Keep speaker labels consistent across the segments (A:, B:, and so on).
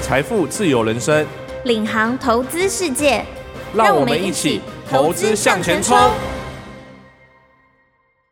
A: 财富自由人生，
B: 领航投资世界，
A: 让我们一起投资向前冲。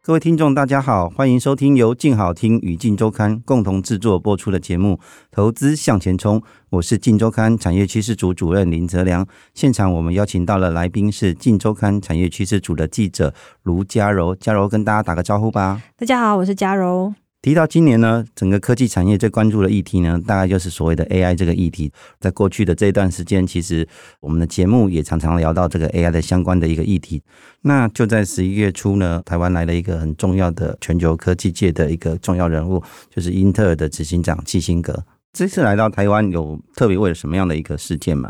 C: 各位听众，大家好，欢迎收听由静好听与静周刊共同制作播出的节目《投资向前冲》，我是静周刊产业趋势组主任林泽良。现场我们邀请到了来宾是静周刊产业趋势组的记者卢嘉柔，嘉柔跟大家打个招呼吧。
D: 大家好，我是嘉柔。
C: 提到今年呢，整个科技产业最关注的议题呢，大概就是所谓的 AI 这个议题。在过去的这一段时间，其实我们的节目也常常聊到这个 AI 的相关的一个议题。那就在十一月初呢，台湾来了一个很重要的全球科技界的一个重要人物，就是英特尔的执行长基辛格。这次来到台湾，有特别为了什么样的一个事件吗？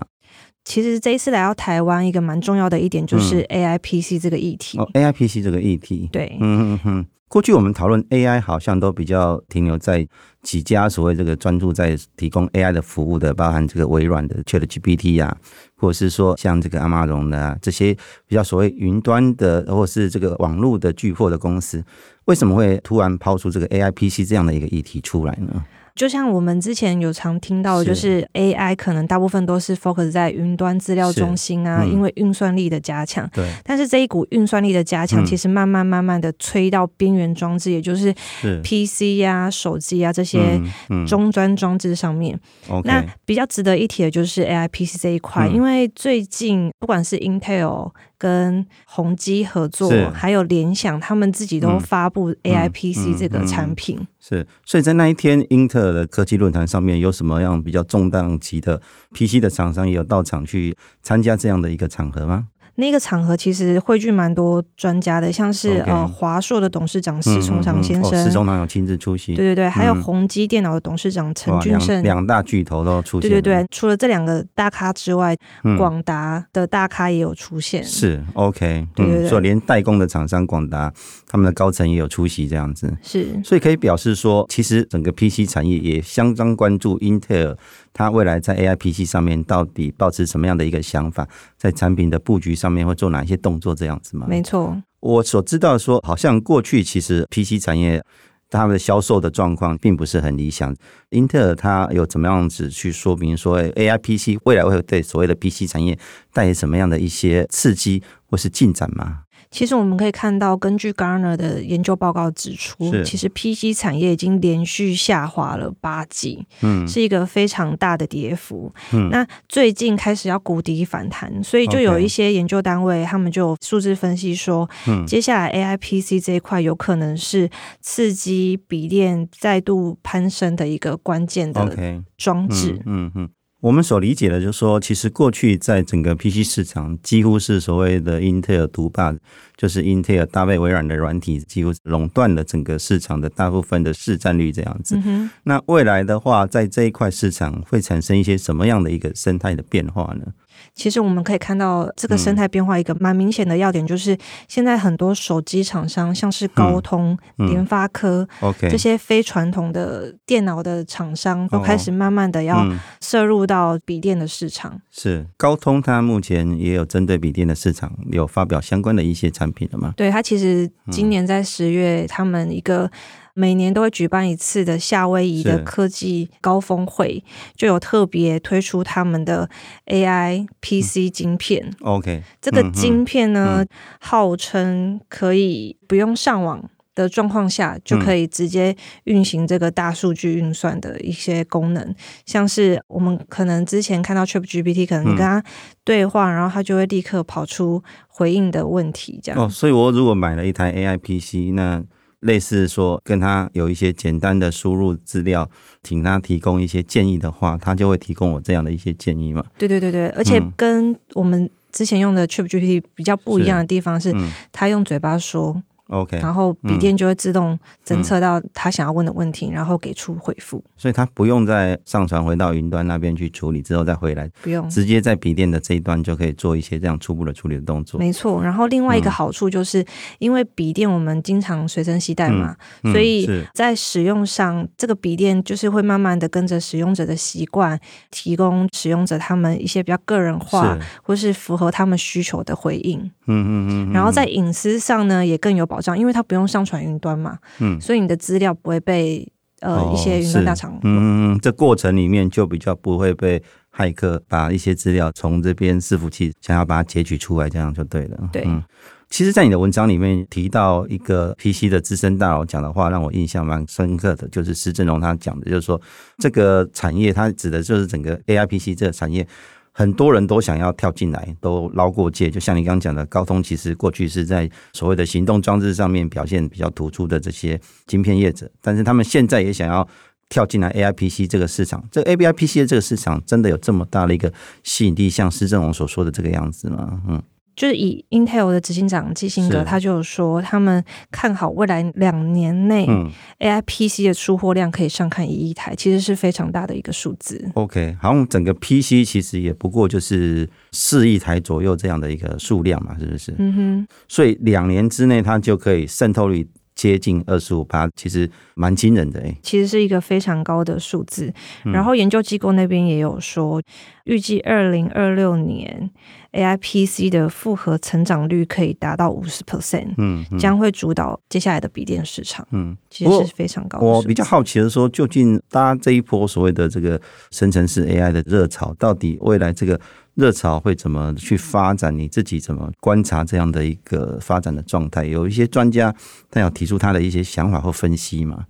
D: 其实这一次来到台湾，一个蛮重要的一点就是 AI PC 这个议题。
C: 嗯哦，AIPC 这个议题，
D: 对，
C: 嗯嗯嗯。过去我们讨论 AI 好像都比较停留在几家所谓这个专注在提供 AI 的服务的，包含这个微软的 ChatGPT 啊，或者是说像这个 Amazon 的、啊、这些比较所谓云端的，或者是这个网络的巨破的公司，为什么会突然抛出这个 AI PC 这样的一个议题出来呢？
D: 就像我们之前有常听到，就是 AI 可能大部分都是 focus 在云端资料中心啊，
C: 是嗯
D: 因为运算力的加强。
C: 对，
D: 但是这一股运算力的加
C: 嗯
D: 强，其实慢慢慢慢的吹到边缘装置，也就是
C: 是
D: PC 呀、手机啊这些
C: 嗯
D: 终端装置上面。
C: 嗯 OK
D: 那比较值得一提的就是 AI PC 这一块，
C: 嗯
D: 因为最近不管是 Intel 跟宏基合作
C: 是，
D: 还有联想，他们自己都
C: 嗯
D: 发布 AI PC 这
C: 嗯
D: 个
C: 嗯
D: 产品。
C: 是，所以在那一天，英特尔的科技论坛上面有什么样比较重量级的 PC 的厂商也有到场去参加这样的一个场合吗？
D: 那个场合其实汇聚蛮多专家的，像是
C: OK
D: 呃华硕的董事长石崇
C: 嗯嗯
D: 长
C: 嗯
D: 先
C: 哦
D: 生，
C: 石崇长有亲自出席，
D: 对对对，还有
C: 嗯
D: 宏基电脑的董事长陈
C: 哇，
D: 俊胜
C: 两。两大巨头都出
D: 对
C: 现，
D: 对对，，除了这两个大咖之外，
C: 嗯
D: 广达的大咖也有出现。
C: 是 OK，嗯
D: 对对对
C: 所以连代工的厂商广达，他们的高层也有出席这样子，
D: 是，
C: 所以可以表示说，其实整个 PC 产业也相当关注英特尔它未来在 AI PC 上面到底保持什么样的一个想法，在产品的布局上面会做哪一些动作这样子吗？
D: 没错。
C: 我所知道说，好像过去其实 PC 产业他们的销售的状况并不是很理想。英特尔它有怎么样子去说明说哎 AI PC 未来会对所谓的 PC 产业带来什么样的一些刺激或是进展吗？
D: 其实我们可以看到，根据 Gartner 的研究报告指出
C: 是，
D: 其实 PC 产业已经连续下滑了八季，
C: 嗯，
D: 是一个非常大的跌幅。
C: 嗯
D: 那最近开始要谷底反弹，所以就
C: OK
D: 有一些研究单位他们就有数字分析说，
C: 嗯
D: 接下来 AI PC 这一块有可能是刺激笔电再度攀升的一个关键的
C: OK，
D: 装置。
C: 嗯嗯嗯。我们所理解的，就是说，其实过去在整个 PC 市场，几乎是所谓的英特尔独霸，就是英特尔搭配微软的软体，几乎垄断了整个市场的大部分的市占率这样子。
D: 嗯哼，
C: 那未来的话，在这一块市场会产生一些什么样的一个生态的变化呢？
D: 其实我们可以看到这
C: 嗯
D: 个生态变化一个蛮明显的要点，就是现在很多手机厂商，像是高通、
C: 嗯
D: 联发科
C: OK，
D: 这些非传统的电脑的厂商，都开始慢慢的要
C: 哦嗯
D: 涉入到笔电的市场。
C: 是高通，它目前也有针对笔电的市场有发表相关的一些产品了吗？
D: 对它其实今年在十月，他们一个每年都会举办一次的夏威夷的
C: 是
D: 科技高峰会，就有特别推出他们的 AI PC 晶片。
C: OK，
D: 这个
C: 嗯哼
D: 晶片呢，
C: 嗯
D: 号称可以不用上网的状况下，
C: 嗯
D: 就可以直接运行这个大数据运算的一些功能，像是我们可能之前看到 Chat
C: 嗯
D: GPT，可能你跟它对话，然后它就会立刻跑出回应的问题，这样。
C: 哦，所以我如果买了一台 AI PC，那类似说跟它有一些简单的输入资料，请它提供一些建议的话，它就会提供我这样的一些建议嘛？
D: 对对对对，而且
C: 嗯
D: 跟我们之前用的 Chat GPT 比较不一样的地方是，
C: 嗯
D: 它用嘴巴说，
C: ，OK，
D: 然后笔电就会自
C: 嗯
D: 动侦测到它想要问的问题，然后给出回复，
C: 所以它不用再上传回到云端那边去处理，之后再回来
D: 不用。
C: 直接在笔电的这一端就可以做一些这样初步的处理的动作。
D: 没错，然后另外一
C: 嗯
D: 个好处就是，因为笔电我们经常随身携带嘛，
C: 嗯
D: 所以
C: 是
D: 在使用上，这个笔电就是会慢慢的跟着使用者的习惯，提供使用者他们一些比较个人化
C: 是，
D: 或是符合他们需求的回应。
C: 嗯嗯嗯嗯，
D: 然后在隐私上呢，也更有保障，因为它不用上传云端嘛，
C: 嗯哦
D: 所以你的资料不会被。呃、一些云
C: 是
D: 端大厂。
C: 嗯，嗯嗯这过程里面就比较不会被骇客把一些资料从这边伺服器想要把它截取出来，这样就对了。
D: 对
C: 嗯。其实，在你的文章里面提到一个 PC 的资深大佬讲的话，让我印象蛮深刻的，就是施正荣他讲的，就是说这个产业，它指的就是整个 AI PC 这个产业，很多人都想要跳进来，都捞过界。就像你刚刚讲的，高通其实过去是在所谓的行动装置上面表现比较突出的这些晶片业者，但是他们现在也想要跳进来 AI PC 这个市场。这 AI PC 的这个市场真的有这么大的一个吸引力，像施正荣所说的这个样子吗？嗯，
D: 就是以 Intel 的执行长基辛格，
C: 是
D: 他就有说，他们看好未来两年内、
C: 嗯
D: AI PC 的出货量可以上看一亿台，其实是非常大的一个数字。
C: OK，好像整个 PC 其实也不过就是四亿台左右这样的一个数量嘛，是不是？
D: 嗯哼，
C: 所以两年之内它就可以渗透率接近二十五趴，其实蛮惊人的哎、
D: 其实是一个非常高的数字。
C: 嗯
D: 然后研究机构那边也有说，预计二零二六年 AI PC 的复合成长率可以达到五十 percent，
C: 嗯嗯
D: 将会主导接下来的笔电市场。
C: 嗯，
D: 其实是非常高的
C: 我
D: 数字。
C: 比较好奇的是说，究竟大家这一波所谓的这个生成式 AI 的热潮，到底未来这个热潮会怎么去发展？你自己怎么观察这样的一个发展的状态？有一些专家他有提出他的一些想法或分析嘛？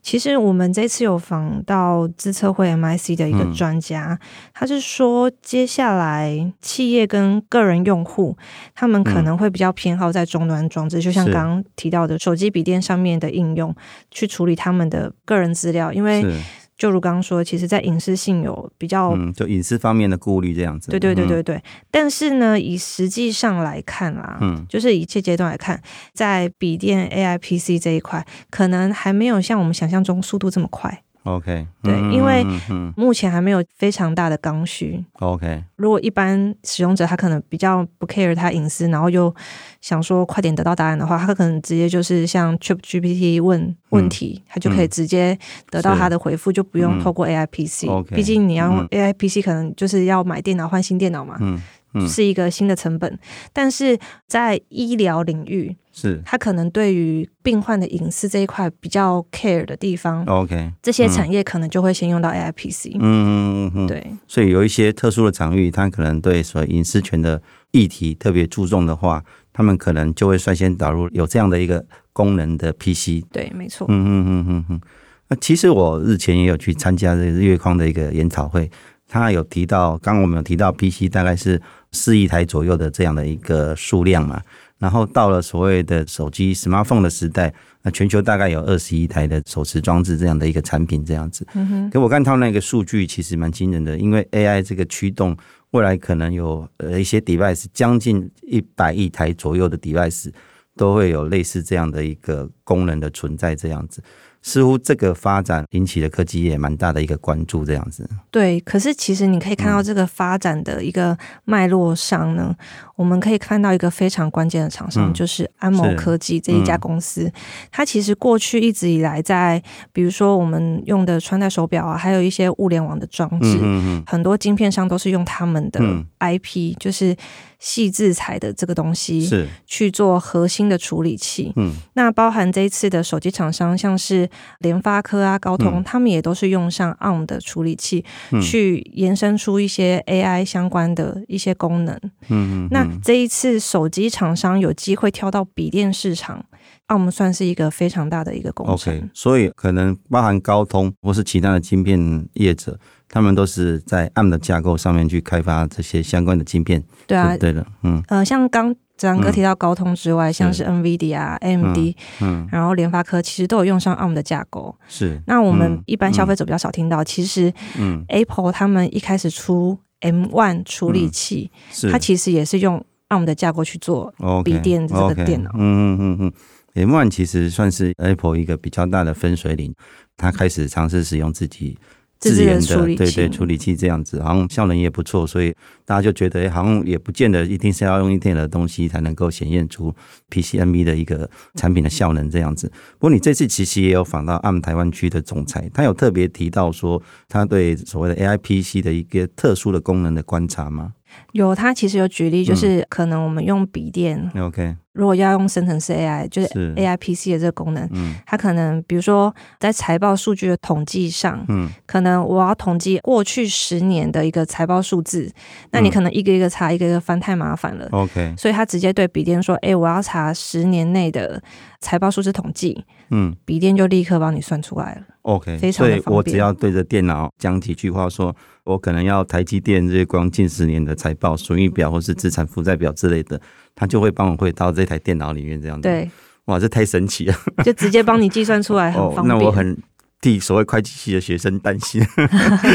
D: 其实我们这次有访到资策会 MIC 的一
C: 嗯
D: 个专家，他是说，接下来企业跟个人用户，他们可能会比较偏好在终端装置，就像
C: 嗯是
D: 刚刚提到的手机、笔电上面的应用，去处理他们的个人资料。因为
C: 是，
D: 就如刚刚说，其实，在隐私性有比较、
C: 嗯，就隐私方面的顾虑这样子。
D: 对对对
C: 嗯
D: 对对，但是呢，以实际上来看啦，
C: 嗯
D: 就是以这阶段来看，在笔电 AI PC 这一块，可能还没有像我们想象中速度这么快。
C: ，OK，
D: 对
C: 嗯
D: 因为
C: 嗯嗯
D: 目前还没有非常大的刚需。
C: ，OK，
D: 如果一般使用者他可能比较不 care 他隐私，然后又想说快点得到答案的话，他可能直接就是像 Chat GPT
C: 嗯
D: 问问题，他就可以直接得到他的回复，就不用透过 AI PC、
C: 嗯 OK，
D: 毕竟你要用
C: 嗯
D: AI PC，可能就是要买电脑换新电脑嘛，
C: 嗯嗯
D: 是一个新的成本。但是在医疗领域，
C: 是
D: 他可能对于病患的隐私这一块比较 care 的地方，
C: OK，
D: 这些产业可能就会先用到 AI PC、
C: 哦嗯嗯嗯，嗯。
D: 对。
C: 所以有一些特殊的场域，它可能对所谓隐私权的议题特别注重的话，他们可能就会率先导入有这样的一个功能的 PC。
D: 对，没错。
C: 嗯嗯嗯嗯嗯。那其实我日前也有去参加这个日月光的一个研讨会，他有提到，刚刚我们有提到 PC 大概是四亿台左右的这样的一个数量嘛，然后到了所谓的手机 smartphone 的时代，那全球大概有二十一台的手持装置这样的一个产品这样子。
D: 嗯哼，
C: 可我看到那个数据其实蛮惊人的，因为 AI 这个驱动，未来可能有呃一些 device 将近一百亿台左右的 device 都会有类似这样的一个功能的存在，这样子，似乎这个发展引起了科技业蛮大的一个关注，这样子。
D: 对。可是其实你可以看
C: 嗯
D: 到这个发展的一个脉络上呢，我们可以看到一个非常关键的厂
C: 嗯
D: 商，就是安谋
C: 是
D: 科技这一家
C: 嗯
D: 公司。它其实过去一直以来在，比如说我们用的穿戴手表啊，还有一些物联网的装置。
C: 嗯
D: 很多晶片商都是用他们的
C: 嗯
D: IP，、就是细制材的这个东
C: 嗯，
D: 西
C: 是，
D: 去做核心的处理器。
C: 嗯
D: 那包含这一次的手机厂商，像是联发科啊、高通，
C: 嗯
D: 他们也都是用上 ARM 的处理器，
C: 嗯
D: 去延伸出一些 AI 相关的一些功能。
C: 嗯嗯，
D: 那这一次手机厂商有机会跳到笔电市场，ARM 算是一个非常大的一个工程。
C: OK，所以可能包含高通或是其他的晶片业者，他们都是在 ARM 的架构上面去开发这些相关的晶片，
D: 对啊
C: 就，对了，嗯
D: 呃，像刚。子昂哥
C: 嗯
D: 提到高通之外，像是 NVIDIA 啊、AMD，、
C: 嗯，
D: 然后联发科，其实都有用上 ARM 的架构。
C: 是。
D: 那我们
C: 嗯
D: 一般消费者比较少听到，其实
C: 嗯
D: Apple 他们一开始出 M One 处理器，
C: 嗯是
D: 它其实也是用 ARM 的架构去做。
C: OK，
D: 笔电这个电脑
C: OK，嗯嗯嗯嗯，M1 其实算是 Apple 一个比较大的分水岭，它开始尝试使用自己
D: 自制
C: 研
D: 的处理器
C: 对对处理器这样子，好像效能也不错，所以大家就觉得、诶好像也不见得一定是要用 Intel 的东西才能够显现出 PCME 的一个产品的效能这样子。不过你这次其实也有访到 ARM 台湾区的总裁，他有特别提到说他对所谓的 AIPC 的一个特殊的功能的观察吗嗯
D: 有它其实有举例，就是可能我们用笔电
C: ？OK，
D: 如果要用生成式 AI，就是
C: 是
D: AI PC 的这个功能，
C: 嗯
D: 它可能比如说在财报数据的统计上，
C: 嗯
D: 可能我要统计过去十年的一个财报数字，那你
C: 嗯哦
D: 可能一个一个查，一个一个翻，太麻烦了。
C: ，OK，
D: 所以他直接对笔电说：“哎、我要查十年内的财报数字统计。
C: 嗯”
D: 笔电就立刻帮你算出来了。
C: ，OK，
D: 非常
C: 所
D: 地
C: 以
D: 方
C: 我
D: 便
C: 只要对着电脑讲几句话说，我可能要台积电日月光近十年的财报、损益表或是资产负债表之类的，它就会帮我汇到这台电脑里面这样子。，
D: 对，
C: 哇，这太神奇了！
D: 就直接帮你计算出 来，很
C: 哦
D: 方，便。
C: 那我很替所谓会计系的学生担 心，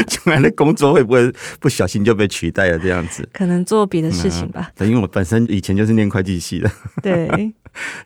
C: 将来的工作会不会不小心就被取代了这样子？
D: 可能做别的事情吧。
C: 对因为我本身以前就是念会计系的，
D: 对，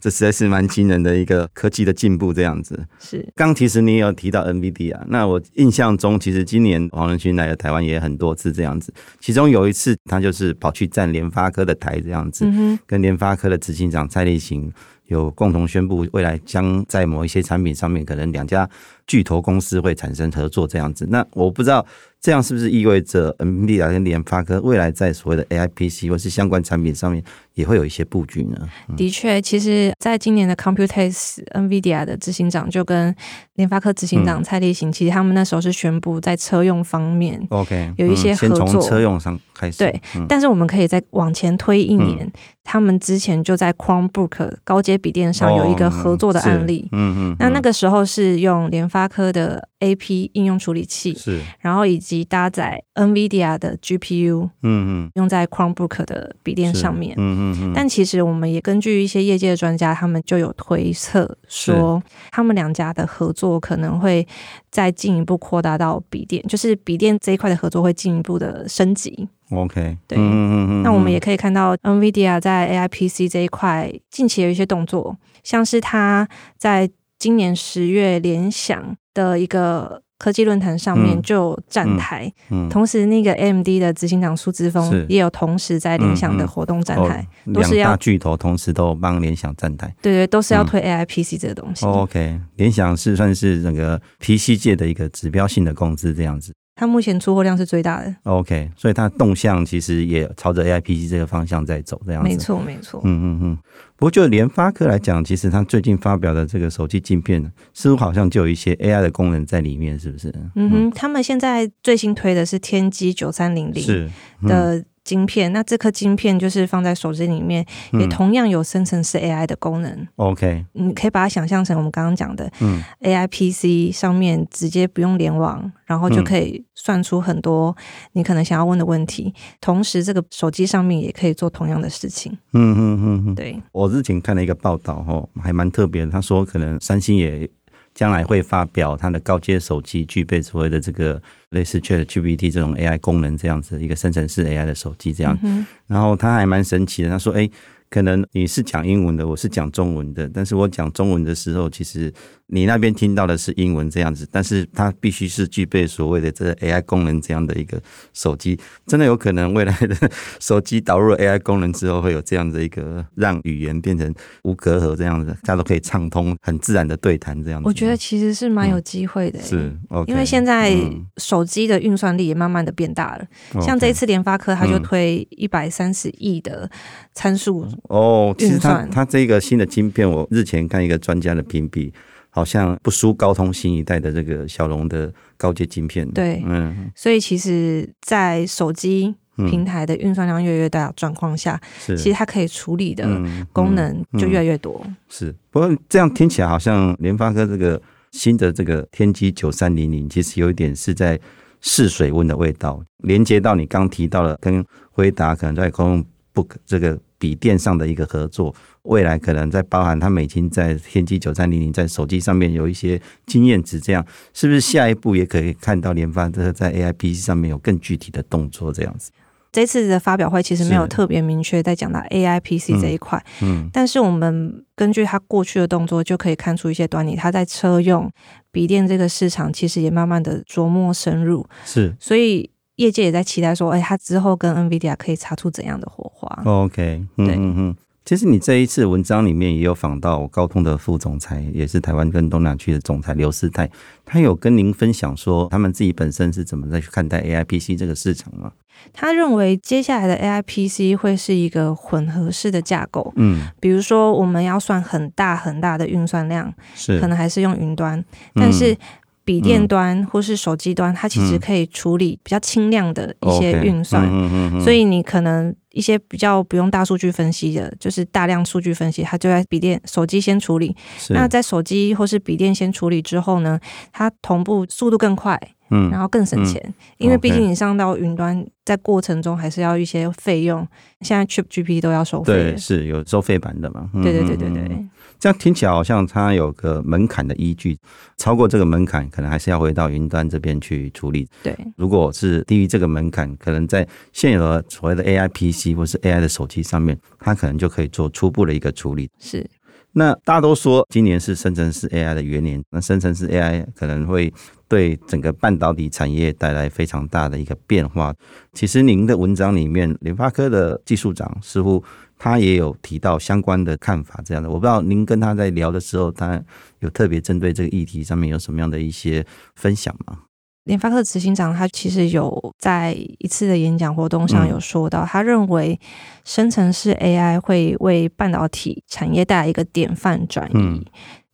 C: 这实在是蛮惊人的一个科技的进步这样子。
D: 是
C: 刚其实你也有提到 NVD 啊，那我印象中其实今年黄仁勋来了台湾也很多次这样子，其中有一次他就是跑去站联发科的台这样子，
D: 嗯
C: 跟联发科的执行长蔡立行有共同宣布，未来将在某一些产品上面，可能两家巨头公司会产生合作这样子。那我不知道这样是不是意味着 NVIDIA 啊跟联发科未来在所谓的 AI PC 或是相关产品上面也会有一些布局呢？
D: 哼，的确，其实在今年的 Computex NVIDIA 的执行长就跟联发科执行
C: 嗯
D: 长蔡立行，其实他们那时候是宣布在车用方面。
C: OK，
D: 有一些
C: 嗯先
D: 合作
C: 从车用上开始。
D: 对
C: 嗯，
D: 但是我们可以再往前推一年，他们之前就在 Chromebook 高阶笔电上有一个合作的案例。
C: 哦嗯是嗯嗯，
D: 那那个时候是用联发科的 AP 应用处理器，
C: 是，
D: 然后以及搭载 NVIDIA 的 GPU
C: 嗯嗯，
D: 用在 Chromebook 的笔电
C: 是
D: 上面。
C: 嗯嗯嗯，
D: 但其实我们也根据一些业界的专家，他们就有推测说，他们两家的合作可能会再进一步扩大到笔电，就是笔电这一块的合作会进一步的升级。
C: OK，
D: 对
C: 嗯嗯嗯，
D: 那我们
C: 嗯
D: 也可以看到，NVIDIA 在 AIPC 这一块近期有一些动作，像是它在今年十月联想的一个。科技论坛上面
C: 嗯
D: 就有站台，
C: 嗯
D: 同时那个 AMD 的执行长苏之
C: 是
D: 峰也有同时在联想
C: 嗯嗯
D: 的活动站台，
C: 哦
D: 都是
C: 两大
D: 要
C: 巨头同时都帮联想站台。
D: 对对，都是要
C: 嗯
D: 推 AIPC 这个东西。
C: 哦 OK，联想是算是整个 PC 界的一个指标性的公司这样子。哦
D: 它目前出货量是最大的，
C: OK，所以它动向其实也朝着 AI PC 这个方向在走，这样子。
D: 没错没错。
C: 嗯嗯嗯。不过就联发科来讲，其实它最近发表的这个手机镜片，似乎好像就有一些 AI 的功能在里面，是不是？
D: 嗯哼，他们现在最新推的是天玑九三零零
C: 嗯是，
D: 的晶片，那这颗晶片就是放在手机里面，也
C: 嗯
D: 同样有生成式 AI 的功能。
C: OK，
D: 你可以把它想象成我们刚刚讲的
C: 嗯
D: AI PC 上面直接不用联网，然后就
C: 嗯
D: 可以算出很多你可能想要问的问题。同时，这个手机上面也可以做同样的事情。
C: 嗯嗯嗯嗯。
D: 对，
C: 我之前看了一个报道，哦，还蛮特别的。他说，可能三星也将来会发表它的高阶手机具备所谓的这个类似 Chat GPT 这种 AI 功能这样子一个生成式 AI 的手机这样。
D: 嗯
C: 然后他还蛮神奇的，他说：“哎、可能你是讲英文的，我是讲中文的，但是我讲中文的时候，其实你那边听到的是英文这样子，但是它必须是具备所谓的这个 AI 功能这样的一个手机，真的有可能未来的手机导入了 AI 功能之后，会有这样的一个让语言变成无隔阂这样子，大家都可以畅通、很自然的对谈这样子。”
D: 我觉得其实是蛮有机会的、欸
C: 是，OK，
D: 因为现在
C: 嗯哦
D: 手机的运算力也慢慢的变大了，像这一
C: OK
D: 次联发科，它就
C: 嗯
D: 推一百三十亿的参数，
C: 哦，其实
D: 运
C: 它
D: 算
C: 它这个新的晶片，我日前看一个专家的评比，好像不输高通新一代的这个小龙的高阶晶片。
D: 对
C: 嗯，
D: 所以其实，在手机
C: 嗯
D: 平台的运算量越来越大的状况下，
C: 是
D: 其实它可以处理的
C: 嗯嗯
D: 功能就越来越多。
C: 是。不过这样听起来好像联发科这个新的这个天玑九三零零，其实有一点是在试水温的味道，连接到你刚提到了跟辉达可能在 Chromebook 这个笔电上的一个合作，未来可能在包含他们已经在天玑九三零零在手机上面有一些经验值，这样是不是下一步也可以看到联发科在 AI PC 上面有更具体的动作这样子？
D: 这次的发表会其实没有
C: 是
D: 特别明确在讲到 AI PC 这一块，
C: 嗯
D: 但是我们根据它过去的动作，就可以看出一些端倪。它在车用笔电这个市场，其实也慢慢的琢磨深入，
C: 是
D: 所以业界也在期待说，哎，它之后跟 NVIDIA 可以擦出怎样的火花？
C: OK，嗯
D: 对
C: 嗯嗯。其实你这一次文章里面也有访到高通的副总裁，也是台湾跟东南亚区的总裁刘世泰，他有跟您分享说他们自己本身是怎么在去看待 AIPC 这个市场吗？
D: 他认为接下来的 AIPC 会是一个混合式的架构，
C: 嗯，
D: 比如说我们要算很大很大的运算量，
C: 是
D: 可能还是用云端，但是笔电端或是手机端，它其实
C: 嗯
D: 可以处理比较轻量的一些
C: OK，
D: 运算，
C: 嗯嗯嗯
D: 所以你可能一些比较不用大数据分析的，就是大量数据分析，它就在笔电、手机先处理。
C: 是
D: 那在手机或是笔电先处理之后呢，它同步速度更快，
C: 嗯
D: 然后更省钱，因为
C: OK
D: 毕竟你上到云端，在过程中还是要一些费用。现在 Chip GP 都要收费
C: 对
D: 了，
C: 是有收费版的嘛？嗯
D: 对对对对
C: 嗯
D: 对
C: 嗯这样听起来好像它有个门槛的依据，超过这个门槛，可能还是要回到云端这边去处理。
D: 对
C: 如果是低于这个门槛，可能在现有的所谓的 AI PC 或是 AI 的手机上面，它可能就可以做初步的一个处理。
D: 是
C: 那大家都说今年是生成式 AI 的元年，那生成式 AI 可能会对整个半导体产业带来非常大的一个变化。其实您的文章里面，联发科的技术长似乎他也有提到相关的看法，这样的。我不知道您跟他在聊的时候，他有特别针对这个议题上面有什么样的一些分享吗？
D: 联发科执行长他其实有在一次的演讲活动上
C: 嗯
D: 有说到，他认为生成式 AI 会为半导体产业带来一个典范转移，
C: 嗯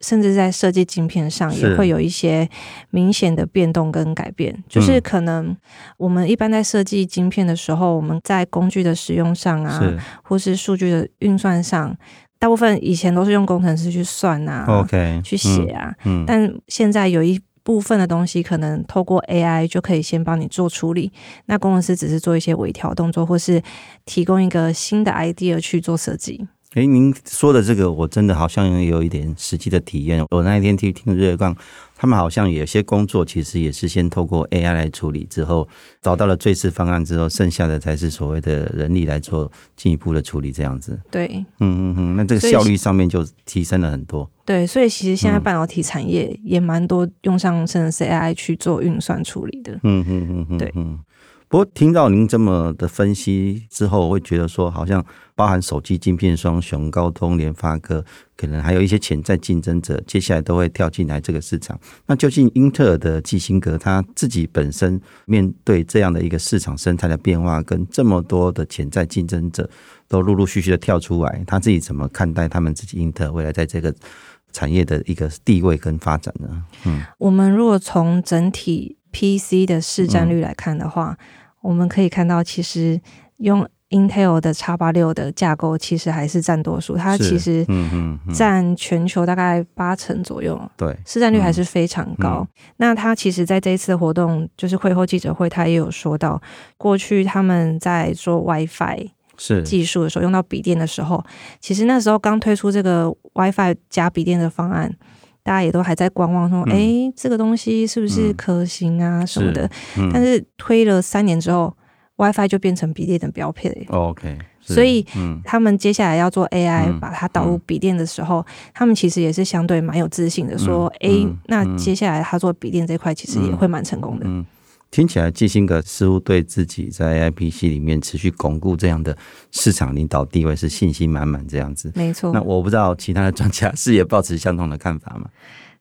D: 甚至在设计晶片上
C: 是
D: 也会有一些明显的变动跟改变。
C: 嗯
D: 就是可能我们一般在设计晶片的时候，我们在工具的使用上啊，
C: 是
D: 或是数据的运算上，大部分以前都是用工程师去算啊、
C: OK，
D: 去写啊，
C: 嗯，嗯，
D: 但现在有一部分的东西可能透过 AI 就可以先帮你做处理，那工程师只是做一些微调动作，或是提供一个新的 idea 去做设计。
C: 诶，您说的这个，我真的好像也有一点实际的体验。哦我那一天去听热杠，他们好像有些工作其实也是先透过 AI 来处理，之后找到了最适方案之后，剩下的才是所谓的人力来做进一步的处理，这样子。
D: 对
C: 嗯嗯嗯，那这个
D: 所以
C: 效率上面就提升了很多。
D: 对，所以其实现在
C: 嗯
D: 半导体产业也蛮多用上甚至 AI 去做运算处理的。
C: 嗯嗯嗯嗯，
D: 对
C: 嗯。不过听到您这么的分析之后，我会觉得说，好像包含手机晶片双雄、高通、联发科，可能还有一些潜在竞争者，接下来都会跳进来这个市场。那究竟英特尔的基辛格他自己本身面对这样的一个市场生态的变化，跟这么多的潜在竞争者都陆陆续续的跳出来，他自己怎么看待他们自己英特尔未来在这个产业的一个地位跟发展呢？
D: 我们如果从整体 PC 的市
C: 嗯
D: 占率来看的话，我们可以看到，其实用 Intel 的 x 八六的架构其实还是占多数，它
C: 是
D: 其实
C: 嗯嗯嗯，
D: 占全球大概八成左右，
C: 对，
D: 市占率
C: 嗯
D: 还是非常高。那他其实在这一次活动，就是会后记者会，他也有说到，过去他们在做 WiFi
C: 是
D: 技术的时候，用到笔电的时候，其实那时候刚推出这个 WiFi 加笔电的方案。大家也都还在观望，说：“
C: 嗯
D: 哎、这个东西是不是可行啊？什么的。
C: 嗯
D: 但是推了三年之后，WiFi 就变成笔电的标配了
C: OK，是
D: 所以
C: 嗯
D: 他们接下来要做 AI，、
C: 嗯
D: 把它导入笔电的时候，他们其实也是相对蛮有自信的，说，哎、
C: 嗯
D: 那接下来他做笔电这块其实也会蛮成功的。
C: 嗯，听起来基辛格似乎对自己在 IPC 里面持续巩固这样的市场领导地位是信心满满这样子。
D: 没错
C: 那，我不知道其他的专家是也抱持相同的看法吗？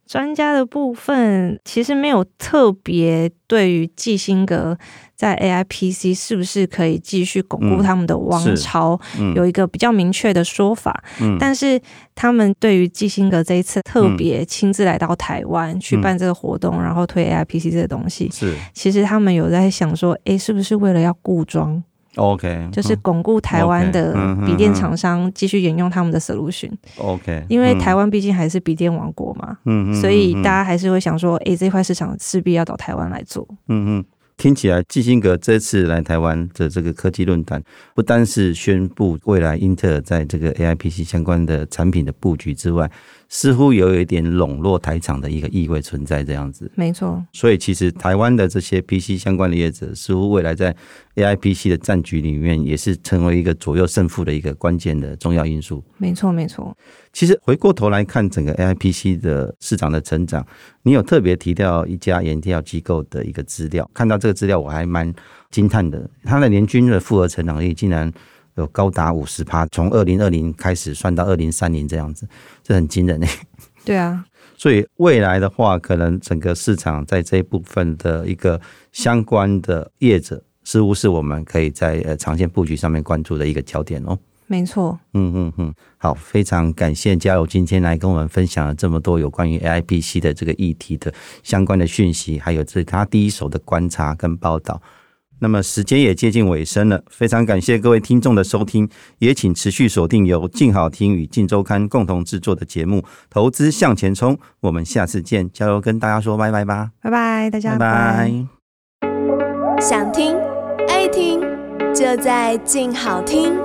D: 专家的部分其实没有特别对于基辛格在 AI PC 是不是可以继续巩固
C: 嗯
D: 他们的王朝、
C: 嗯
D: 有一个比较明确的说法，
C: 嗯
D: 但是他们对于基辛格这一次特别亲自来到台湾、
C: 嗯
D: 去办这个活动，然后推 AI PC 这个东西，
C: 是
D: 其实他们有在想说，诶，是不是为了要固装，
C: OK，
D: 就是巩固台湾的
C: 嗯 OK，嗯嗯
D: 笔电厂商继续沿用他们的 solution，
C: OK，
D: 因为
C: 嗯
D: 台湾毕竟还是笔电王国嘛，
C: 嗯
D: 所以大家还是会想说，诶，这块市场势必要找台湾来做。
C: 嗯嗯，听起来基辛格这次来台湾的这个科技论坛，不单是宣布未来英特尔在这个 AIPC 相关的产品的布局之外，似乎也有一点笼络台厂的一个意味存在这样子。
D: 没错，
C: 所以其实台湾的这些 PC 相关的业者，似乎未来在 AIPC 的战局里面，也是成为一个左右胜负的一个关键的重要因素。
D: 没错，没错。
C: 其实回过头来看整个 AIPC 的市场的成长，你有特别提到一家研调机构的一个资料，看到这个资料我还蛮惊叹的，它的年均的复合成长率竟然有高达五十趴，从二零二零开始算到二零三零这样子，这很惊人诶。
D: 对啊，
C: 所以未来的话，可能整个市场在这一部分的一个相关的业者，似乎是我们可以在呃长线布局上面关注的一个焦点哦。
D: 没错，
C: 嗯嗯嗯，好，非常感谢嘉友今天来跟我们分享了这么多有关于 AIPC 的这个议题的相关的讯息，还有这他第一手的观察跟报道。那么时间也接近尾声了，非常感谢各位听众的收听，也请持续锁定由静好听与静周刊共同制作的节目《投资向前冲》，我们下次见，加油跟大家说拜拜吧，
D: 拜拜，大家
C: 拜拜。
E: 想听爱听，就在静好听。